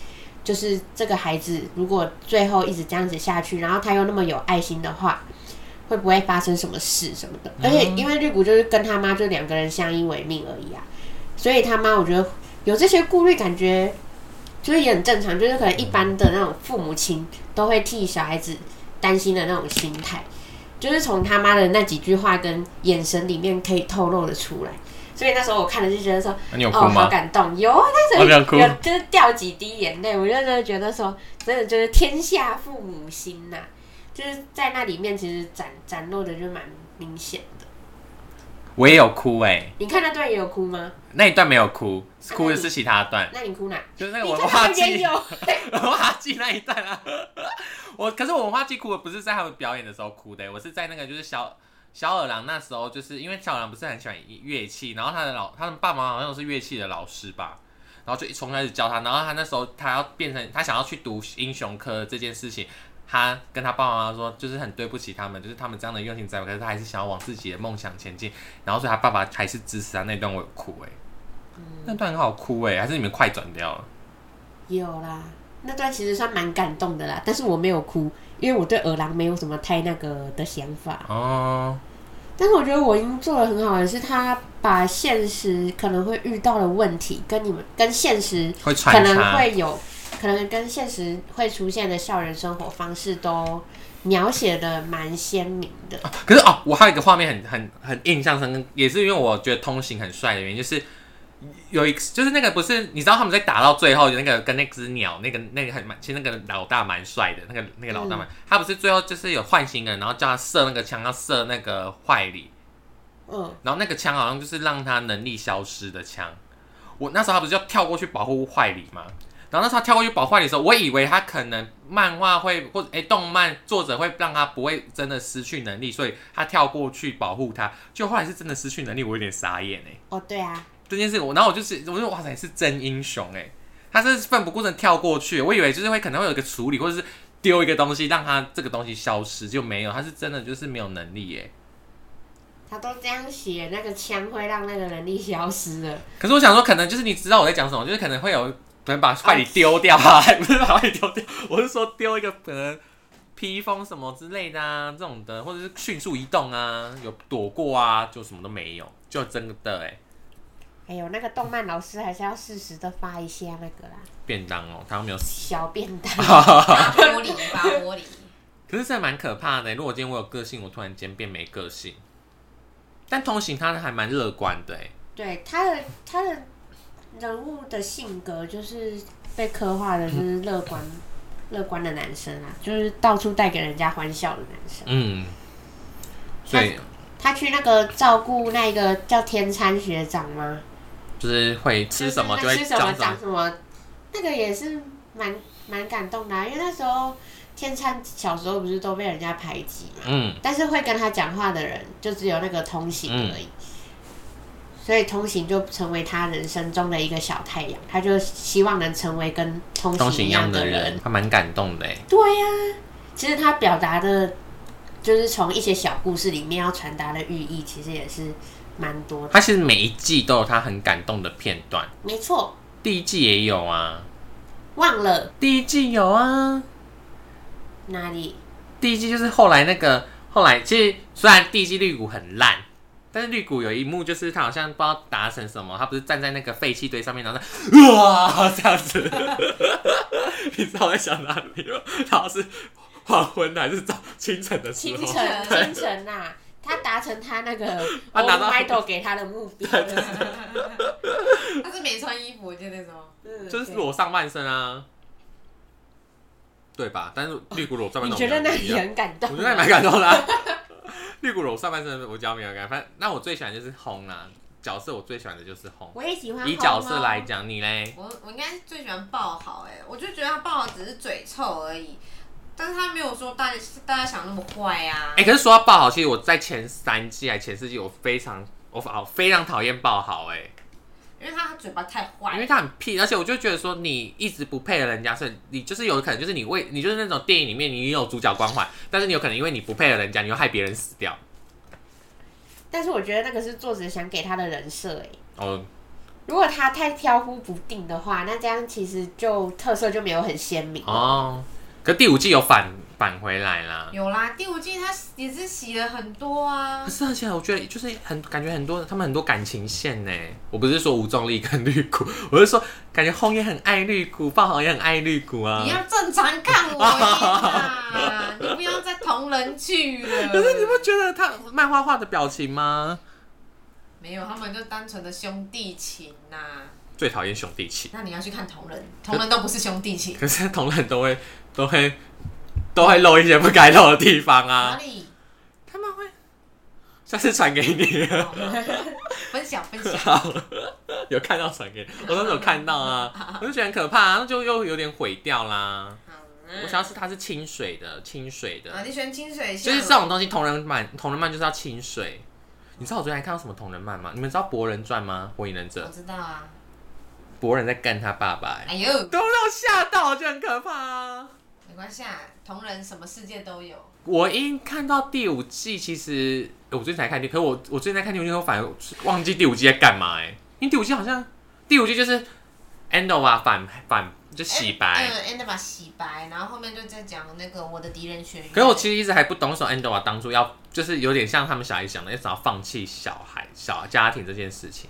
Speaker 2: 就是这个孩子如果最后一直这样子下去，然后他又那么有爱心的话，会不会发生什么事什么的？而且因为绿谷就是跟他妈就两个人相依为命而已啊，所以他妈我觉得有这些顾虑，感觉就是也很正常，就是可能一般的那种父母亲都会替小孩子担心的那种心态，就是从他妈的那几句话跟眼神里面可以透露的出来。所以那时候我看了就觉得说，
Speaker 1: 那你有哭
Speaker 2: 哦，好
Speaker 1: 吗？
Speaker 2: 感动，有啊，那时候
Speaker 1: 我没有哭
Speaker 2: 有就是掉几滴眼泪，我就真的觉得说，真的就是天下父母心呐、就是在那里面其实展展露的就蛮明显的。
Speaker 1: 我也有哭哎、
Speaker 2: 你看那段也有哭吗？
Speaker 1: 那一段没有哭，
Speaker 2: 啊
Speaker 1: 哭的是其他段，
Speaker 2: 那你哭哪？
Speaker 1: 就是那个
Speaker 2: 你
Speaker 1: 文
Speaker 2: 看
Speaker 1: 化
Speaker 2: 那边
Speaker 1: 祭
Speaker 2: 也，有，
Speaker 1: 文化祭那一段啊。我可是我文化祭哭的不是在他们表演的时候哭的、欸我是在那个就是小小耳郎那时候，就是因为小耳郎不是很喜欢乐器，然后他的老他的爸妈好像是乐器的老师吧。然后就从开始教他，然后他那时候他要变成他想要去读英雄科这件事情，他跟他爸爸妈妈说，就是很对不起他们，就是他们这样的用心栽培，可是他还是想要往自己的梦想前进。然后所以他爸爸还是支持他那段，我有哭哎、那段很好哭哎、还是你们快转掉了？
Speaker 2: 有啦，那段其实算蛮感动的啦，但是我没有哭，因为我对尔郎没有什么太那个的想法。
Speaker 1: 哦，
Speaker 2: 但是我觉得我已经做的很好的是，他把现实可能会遇到的问题跟你们跟现实可
Speaker 1: 会穿
Speaker 2: 能
Speaker 1: 插，
Speaker 2: 会有，可能跟现实会出现的校园生活方式都描写的蛮鲜明的。
Speaker 1: 可是哦，我还有一个画面很很很印象深刻，也是因为我觉得通行很帅的原因，就是有一就是那个不是你知道他们在打到最后那个跟那只鸟那个那个很蛮，其实那个老大蛮帅的，那个那个老大
Speaker 2: 嗯
Speaker 1: 蛮，他不是最后就是有唤醒一个人，然后叫他射那个枪，要射那个坏里，
Speaker 2: 嗯，
Speaker 1: 然后那个枪好像就是让他能力消失的枪。我那时候他不是要跳过去保护坏里吗？然后那时候他跳过去保护坏里的时候，我以为他可能漫画会或者哎动漫作者会让他不会真的失去能力，所以他跳过去保护他，就后来是真的失去能力，我有点傻眼哎、
Speaker 2: 哦，对啊，
Speaker 1: 这件事我，然后我就是我就哇欸塞是真英雄哎、他是奋不顾身跳过去，我以为就是会可能会有一个处理，或者是丢一个东西让他这个东西消失，就没有，他是真的就是没有能力耶。
Speaker 2: 他都这样写，那个枪会让那个能力消失了。
Speaker 1: 可是我想说，可能就是你知道我在讲什么，就是可能会有可能把坏你丢掉啊， 不是把坏你丢掉，我是说丢一个可能披风什么之类的啊，这种的，或者是迅速移动啊，有躲过啊，就什么都没有，就真的哎，
Speaker 2: 哎呦，那个动漫老师还是要适时的发一下那个啦，
Speaker 1: 便当哦，他没有死。
Speaker 2: 小便当。
Speaker 3: 拔玻璃，拔玻璃。
Speaker 1: 可是这蛮可怕的欸。如果今天我有个性，我突然间变没个性，但同行他还蛮乐观的哎。
Speaker 2: 对他的他的人物的性格就是被刻画的就是乐观乐观的男生啊，就是到处带给人家欢笑的男生。
Speaker 1: 嗯，所以
Speaker 2: 他去那个照顾那个叫天参学长吗？
Speaker 1: 就是会吃什么就会
Speaker 2: 吃什么
Speaker 1: 长什么
Speaker 2: 长。什么，那个也是蛮蛮感动的啊、因为那时候天参小时候不是都被人家排挤嘛，
Speaker 1: 嗯，
Speaker 2: 但是会跟他讲话的人就只有那个通行而已。
Speaker 1: 嗯
Speaker 2: 所以通行就成为他人生中的一个小太阳，他就希望能成为跟通
Speaker 1: 东
Speaker 2: 行
Speaker 1: 行一
Speaker 2: 样
Speaker 1: 样的人
Speaker 2: 人。，
Speaker 1: 他蛮感动的哎。
Speaker 2: 对呀、啊其实他表达的，就是从一些小故事里面要传达的寓意，其实也是蛮多的。
Speaker 1: 他其实每一季都有他很感动的片段，
Speaker 2: 没错，
Speaker 1: 第一季也有啊，
Speaker 2: 忘了
Speaker 1: 第一季有啊，
Speaker 2: 哪里？
Speaker 1: 第一季就是后来那个后来，其实虽然第一季绿谷很烂，但是绿谷有一幕就是他好像不知道达成什么，他不是站在那个废弃堆上面，然后在 哇这样子， 你知道我在想哪里吗？他好像是黄昏还是早清晨的时
Speaker 2: 清
Speaker 1: 候，
Speaker 2: 晨，
Speaker 3: 对
Speaker 2: 清晨呐、他达成他那个
Speaker 1: 他
Speaker 2: o
Speaker 1: 拿到
Speaker 2: m i d o 给他的目 标，
Speaker 3: 他是没穿衣服，我记得那时候。
Speaker 2: 嗯
Speaker 1: 就是裸上半身啊，对吧？但是绿谷裸
Speaker 2: 对
Speaker 1: 上半
Speaker 2: 你
Speaker 1: 身，
Speaker 2: 觉得那里很感动
Speaker 1: 我
Speaker 2: 吗？
Speaker 1: 觉得还蛮感动的、啊。绿谷柔上半身我比较没有感，反正那我最喜欢就是红啦、角色我最喜欢的就是红。
Speaker 2: 我也喜欢。
Speaker 1: 以角色来，讲，你嘞？
Speaker 3: 我我应该是最喜欢爆好哎、我就觉得他爆好只是嘴臭而已，但是他没有说大家大家想那么坏啊。
Speaker 1: 哎、可是说到爆好，其实我在前三季还前四季，我非常我好非常讨厌爆好哎、
Speaker 3: 因为他嘴巴太
Speaker 1: 因
Speaker 3: 坏
Speaker 1: 为
Speaker 3: 了，
Speaker 1: 他很屁，而且我就觉得说你一直不配合人家，所以你就是有可能就是你为你就是那种电影里面你有主角光环，但是你有可能因为你不配合人家，你会害别人死掉。
Speaker 2: 但是我觉得那个是作者想给他的人设哎、
Speaker 1: 哦，
Speaker 2: 如果他太飘忽不定的话，那这样其实就特色就没有很鲜明。
Speaker 1: 哦，可第五季有反返回来啦。
Speaker 3: 有啦，第五季他也是洗了很多啊
Speaker 1: 可。是而且我觉得就是很感觉很多他们很多感情线呢。我不是说吴仲立跟绿谷，我是说感觉红也很爱绿谷，爆豪也很爱绿谷啊
Speaker 3: 你。要正常看我呀，你不要再同人剧了。
Speaker 1: 可是你不觉得他漫画画的表情吗？
Speaker 3: 没有，他们就单纯的兄弟情呐、
Speaker 1: 最讨厌兄弟情，
Speaker 3: 那你要去看同人，同人都不是兄弟情。
Speaker 1: 可是同人都会都会都会露一些不该露的地方
Speaker 3: 哪
Speaker 1: 啊。
Speaker 3: 里？
Speaker 1: 他们会下次传给你，
Speaker 3: 好分享分享。
Speaker 1: 好有看到传给你，我都有看到啊，我就觉得很可怕、啊，那就又有点毁掉啦。我想要是它是清水的，清水的。
Speaker 3: 啊，嗯你喜欢清水
Speaker 1: 就
Speaker 3: 像？
Speaker 1: 是这种东西，同人漫，同人漫就是要清水。你知道我昨天还看到什么同人漫吗？你们知道《博人传》吗？《火影忍者
Speaker 3: 我》，知道啊。
Speaker 1: 博人在干他爸爸、欸，
Speaker 3: 哎呦，
Speaker 1: 都让我吓到，就很可怕啊！
Speaker 3: 没关系啊，同人什么世界都有。
Speaker 1: 我因看到第五季，其实我最近才看第，可是我我最近在看第五季的时候，反而忘记第五季在干嘛哎、欸因为第五季好像第五季就是 Anova 反反就洗白，
Speaker 3: 嗯 a 把洗白，然后后面就在讲那个我的敌人学院。
Speaker 1: 可是我其实一直还不懂，为什么 Anova 当初要就是有点像他们小孩讲的，要想要放弃小孩小家庭这件事情。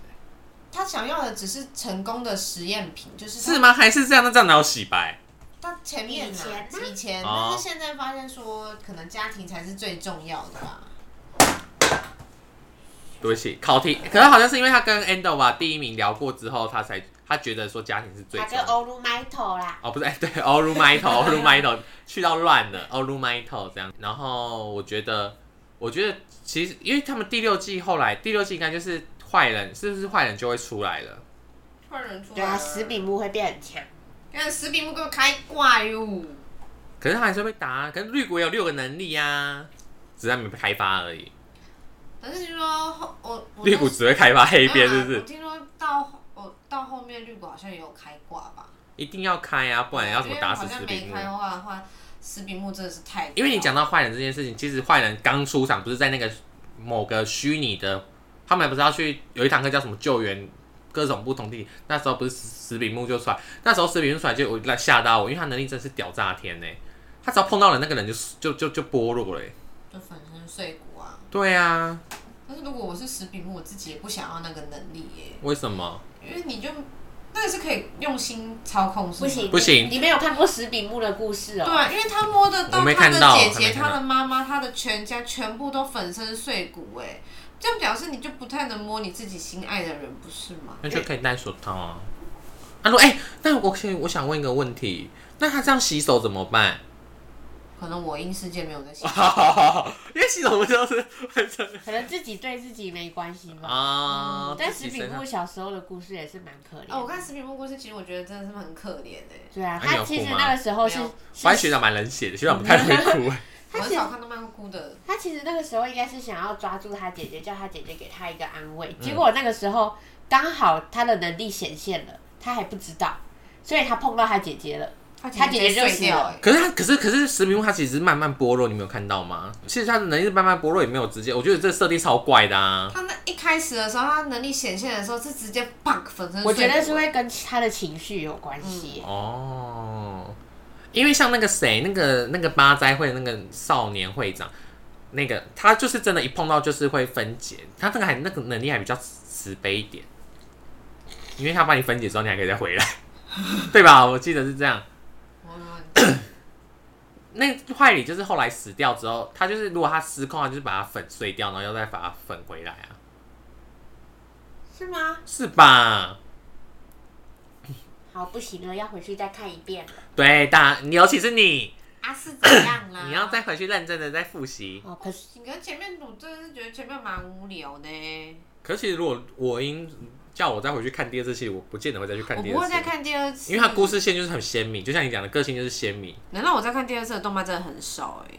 Speaker 3: 他想要的只是成功的实验品，就是他
Speaker 1: 是吗？还是这样？那这样哪有洗白？
Speaker 3: 他前面
Speaker 2: 以
Speaker 3: 嘛
Speaker 2: 前呢
Speaker 3: 以前，
Speaker 1: 哦
Speaker 3: 但是现在发现说，可能家庭才是最重要的啊吧。
Speaker 1: 对不起，考题。可是好像是因为他跟 Endo 吧第一名聊过之后，他才他觉得说家庭是最
Speaker 2: 他
Speaker 1: 重
Speaker 2: 跟
Speaker 1: 要的。
Speaker 2: 欧鲁麦头啦，
Speaker 1: 哦，不是， 哎，对 o r u m i t o o r u m i t o 去到乱了 o r u m i t o 这样。然后我觉得，我觉得其实因为他们第六季后来第六季应该就是坏人，是不是坏人就会出来了？
Speaker 3: 突然人出
Speaker 2: 对啊，死，柄木会变很强。
Speaker 3: 看死柄木给我开挂哟！
Speaker 1: 可是他还是会被打啊，可是绿谷也有六个能力啊，只是他没开发而已。
Speaker 3: 但是说后我我
Speaker 1: 绿谷只会开发黑边，
Speaker 3: 没
Speaker 1: 是
Speaker 3: 有啊
Speaker 1: 不是
Speaker 3: 我？听说到我到后面绿谷好像也有开挂吧？
Speaker 1: 一定要开啊，不然要怎么打死
Speaker 3: 因为
Speaker 1: 士
Speaker 3: 好像
Speaker 1: 兵
Speaker 3: 没
Speaker 1: 木？
Speaker 3: 开挂的话，石比木真的是太……
Speaker 1: 因为你讲到坏人这件事情，其实坏人刚出场不是在那个某个虚拟的，他们不是要去有一堂课叫什么救援各种不同地，那时候不是石石比木就出来，那时候石比木出来就我来吓到我，因为他能力真的是屌炸天呢、他只要碰到了那个人就就就就剥落了、欸。
Speaker 3: 就粉身碎骨啊！
Speaker 1: 对啊，
Speaker 3: 但是如果我是石比木，我自己也不想要那个能力耶、
Speaker 1: 为什么？
Speaker 3: 因为你就那个是可以用心操控，是吗
Speaker 2: 不行
Speaker 1: 不行
Speaker 2: 你没有看过石比木的故事
Speaker 3: 对
Speaker 2: 哦。
Speaker 3: 啊，因为他摸得到
Speaker 1: 我没
Speaker 3: 他
Speaker 1: 看
Speaker 3: 的
Speaker 1: 到
Speaker 3: 姐
Speaker 1: 还
Speaker 3: 姐、
Speaker 1: 没看
Speaker 3: 他
Speaker 1: 到
Speaker 3: 的妈妈、他的全家全部都粉身碎骨哎、这样表示你就不太能摸你自己心爱的人，不是吗？
Speaker 1: 那就可以戴手套啊。他说：“哎、那我可以，我想问一个问题，那他这样洗手怎么办？
Speaker 3: 可能我因世界没有在想，
Speaker 1: 因为洗手不就是
Speaker 2: 可能自己对自己没关系吧。
Speaker 1: 啊？
Speaker 2: 嗯但
Speaker 1: 自
Speaker 2: 石
Speaker 1: 己
Speaker 2: 比
Speaker 1: 身上
Speaker 2: 木小时候的故事也是蛮可怜的。
Speaker 3: 哦，我看食品部故事，其实我觉得真的是很可怜哎、
Speaker 2: 对啊，
Speaker 1: 那你
Speaker 2: 他
Speaker 1: 有
Speaker 2: 其实
Speaker 1: 哭吗
Speaker 2: 那个时候是
Speaker 3: 没有，
Speaker 1: 反正
Speaker 2: 是
Speaker 1: 学长蛮冷血的，学长不太会哭、
Speaker 3: 我
Speaker 2: 他
Speaker 3: 很
Speaker 2: 其实
Speaker 3: 少看到漫哭的。
Speaker 2: 他其实那个时候应该是想要抓住他姐姐，叫他姐姐给他一个安
Speaker 1: 嗯
Speaker 2: 慰。结果那个时候刚好他的能力显现了，他还不知道，所以他碰到他姐姐了。
Speaker 3: 他
Speaker 2: 姐姐就
Speaker 3: 碎
Speaker 2: 死
Speaker 3: 掉
Speaker 2: 了
Speaker 3: 哎、
Speaker 1: 可是他，可是可是石明木他其实是慢慢剥落，你没有看到吗？其实他的能力是慢慢剥落，也没有直接。我觉得这设定超怪的啊！
Speaker 3: 他那一开始的时候，他能力显现的时候是直接 bang 粉身碎骨。
Speaker 2: 我觉得是会跟他的情绪有关系。
Speaker 1: 哦，因为像那个谁，那个那个八斋会的那个少年会长，那个他就是真的，一碰到就是会分解。他那个还那个能力还比较慈悲一点，因为他把你分解之后，你还可以再回来， 对吧？我记得是这样。
Speaker 3: 我
Speaker 1: 那坏理就是后来死掉之后，他就是如果他失控，他就是把它粉碎掉，然后要再把它粉回来啊，
Speaker 2: 是吗？
Speaker 1: 是吧？
Speaker 2: 好，不行了，要回去再看一遍了。
Speaker 1: 对，大，尤其是你，
Speaker 3: 啊是怎样啦？
Speaker 1: 你要再回去认真的再复习。
Speaker 2: 哦，可是
Speaker 3: 你跟前面我真的是觉得前面蛮无聊的、欸
Speaker 1: 可是其实如果我应叫我再回去看第二次戏，我不见得会再去看
Speaker 3: 我
Speaker 1: 第
Speaker 3: 不
Speaker 1: 二
Speaker 3: 会
Speaker 1: 次
Speaker 3: 再，看第二次，
Speaker 1: 因为它故事线就是很鲜明，就像你讲的，个性就是鲜明。
Speaker 3: 难道我在看第二次的动漫真的很少哎、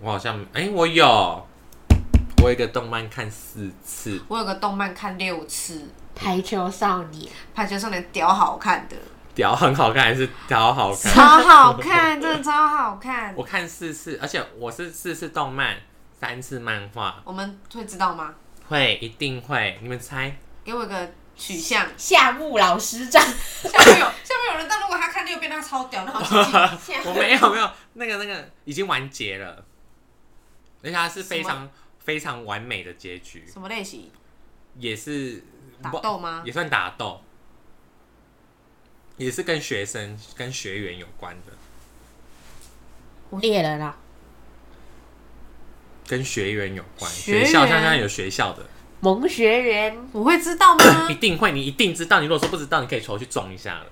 Speaker 1: 我好像，哎、我有，我有一个动漫看四次，
Speaker 3: 我有个动漫看六次，
Speaker 2: 哦排球少年，
Speaker 3: 《排球少年》屌好看 的，
Speaker 1: 屌很好看，还是屌好看？
Speaker 3: 超好看，真的超好看。
Speaker 1: 我看四次，而且我是四次动漫，三次漫画。
Speaker 3: 我们会知道吗？
Speaker 1: 会，一定会。你们猜？
Speaker 3: 给我一个 取向。
Speaker 2: 夏目老师长，
Speaker 3: 下面有下面有人，但如果他看六遍，他超屌，那好像是
Speaker 2: 夏
Speaker 1: 我没有没有，那个那个已经完结了，而且它是非
Speaker 3: 什
Speaker 1: 常非常完美的结局，
Speaker 3: 什么类型？
Speaker 1: 也是
Speaker 3: 打
Speaker 1: 不
Speaker 3: 斗吗
Speaker 1: 也算打斗，也是跟学生跟学员有关的，
Speaker 2: 猎人啊，
Speaker 1: 跟学员有关。
Speaker 3: 学
Speaker 1: 学校像
Speaker 3: 员
Speaker 1: 像有学校的，
Speaker 2: 萌学园，
Speaker 3: 我会 知道吗？
Speaker 1: 一定会，你一定知道。你如果说不知道，你可以求去撞一下了。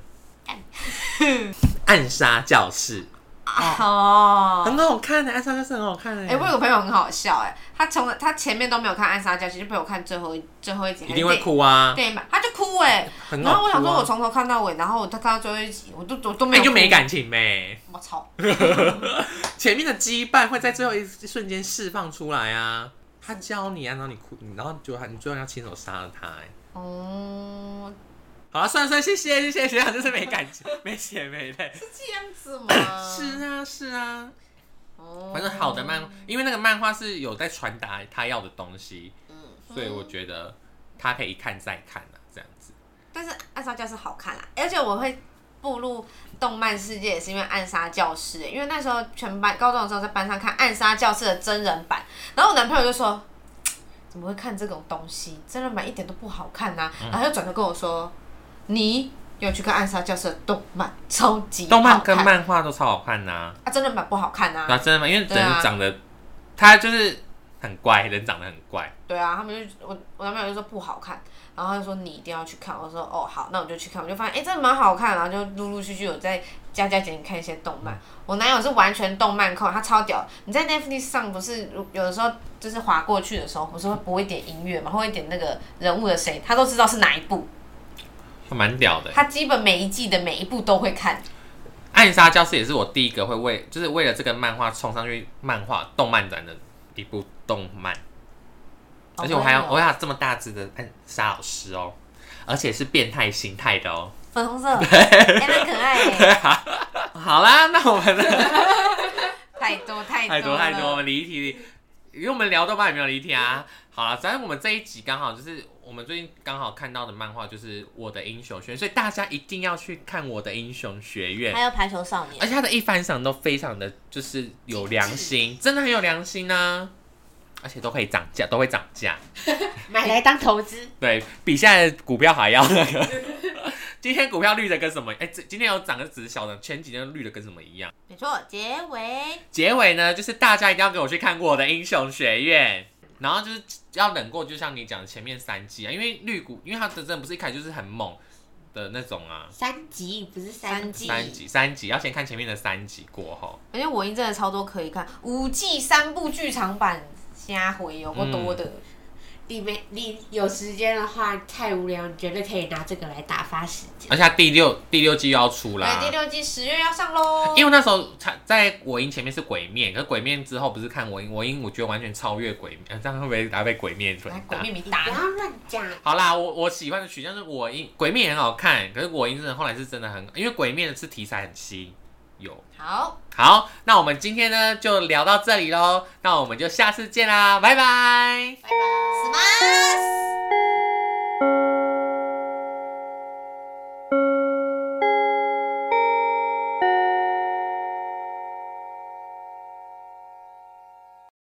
Speaker 1: 暗杀教室
Speaker 3: 哦。
Speaker 1: 很好看的、暗杀教室很好看的、
Speaker 3: 哎、我有个朋友很好笑哎、他从他前面都没有看《暗杀教室》，就陪我看最后一最后一集，
Speaker 1: 一定会哭啊，
Speaker 3: 电影版，他就哭哎、
Speaker 1: 很好、啊。
Speaker 3: 然后我想说，我从头看到尾，然后我他看到最后一集，我都我都没
Speaker 1: 那你
Speaker 3: 有
Speaker 1: 就
Speaker 3: 哭
Speaker 1: 没。感情呗、
Speaker 3: 我操！
Speaker 1: 前面的羁绊会在最后一瞬间释放出来啊！他教你啊，然后你哭，然后就他你最后要亲手杀了他、欸。
Speaker 3: 哦，
Speaker 1: 好了、算了算了，谢谢谢谢学长，就是没感情，没血没泪。
Speaker 3: 是这样子吗？
Speaker 1: 是，啊是啊，
Speaker 3: 哦
Speaker 1: 反正好的漫，因为那个漫画是有在传达他要的东西，所以我觉得他可以一看再看啊，这样子。
Speaker 3: 但是《暗杀教室》好看啦，啊而且我会步入动漫世界也是因为《暗杀教室、因为那时候全班高中的时候在班上看《暗杀教室》的真人版，然后我男朋友就说。怎么会看这种东西？真人版一点都不好看呐、啊
Speaker 1: 嗯
Speaker 3: 然后他就转头跟我说：“你有去看《暗杀教室》的动漫，超级
Speaker 1: 动漫
Speaker 3: 好
Speaker 1: 跟
Speaker 3: 看
Speaker 1: 漫画都超好看呐、
Speaker 3: 啊，真人版不好看呐、
Speaker 1: 那、啊、真的吗？因为
Speaker 3: 对啊
Speaker 1: 人长得，他就是很怪，人长得很怪。
Speaker 3: 对啊，他们就我我男朋友就说不好看，然后他就说你一定要去看，我说哦好，那我就去看，我就发现哎、诶真的蛮好看，然后就陆陆续续有在加加减减看一些动漫。我男友是完全动漫控，他超屌。你在 Netflix 上不是如有的时候就是划过去的时候，不是会播一点音乐嘛，会一点那个人物的谁，他都知道是哪一部，
Speaker 1: 蛮屌的。
Speaker 3: 他基本每一季的每一部都会看。
Speaker 1: 暗杀教室也是我第一个会为，就是为了这个漫画冲上去漫画动漫展的一部动漫，而且我还要、
Speaker 3: 哦
Speaker 1: 我还有这么大只的暗杀老师哦，而且是变态形态的哦，
Speaker 3: 粉红色，哎、蛮可爱耶、
Speaker 1: 好啦，那我们的
Speaker 3: 太多太多
Speaker 1: 太多太多，我
Speaker 3: 了
Speaker 1: 们离题，因为我们聊豆瓣也没有离题啊。好了，反正我们这一集刚好就是我们最近刚好看到的漫画就是《我的英雄学院》，所以大家一定要去看《我的英雄学院》。
Speaker 3: 还有排球少年
Speaker 1: 而，且他的一番赏都非常的就是有良心，真的很有良心呢、而且都可以涨价，都会涨价，
Speaker 2: 买来当投资，
Speaker 1: 对比现在的股票还要那个。 今天股票绿的跟什么？哎、这今天有涨的只是小的，前几天绿的跟什么一样。
Speaker 3: 没错，结尾
Speaker 1: 结尾呢，就是大家一定要给我去看过我的《英雄学院》，然后就是要忍过，就像你讲的前面三季啊，因为绿谷，因为它真的不是一开始就是很猛的那种啊。
Speaker 2: 三集不是三
Speaker 3: 三
Speaker 2: 集，
Speaker 3: 季
Speaker 1: 三集，三集要先看前面的三集过后。
Speaker 3: 而且我音真的超多可以看，五季三部剧场版瞎回有够多的，
Speaker 1: 嗯
Speaker 2: 你没你有时间的话太无聊，你绝对可以拿这个来打发时间。
Speaker 1: 而且它第六第六季又要出啦。
Speaker 3: 哎对，第六季十月要上喽。
Speaker 1: 因为那时候才在我音前面是鬼面，可是鬼面之后不是看我音，我音我觉得完全超越鬼面，呃这样会不会打被鬼面分
Speaker 3: 来，鬼
Speaker 1: 打？
Speaker 3: 面没
Speaker 2: 你
Speaker 3: 打
Speaker 2: 不，要乱讲，
Speaker 1: 好啦，我我喜欢的取向是我音鬼面也很好看，可是我音真的后来是真的很，因为鬼面是题材很稀有。
Speaker 3: 好，
Speaker 1: 好，那我们今天呢就聊到这里喽，那我们就下次见啦，拜拜。
Speaker 2: 拜拜。
Speaker 3: 死吗？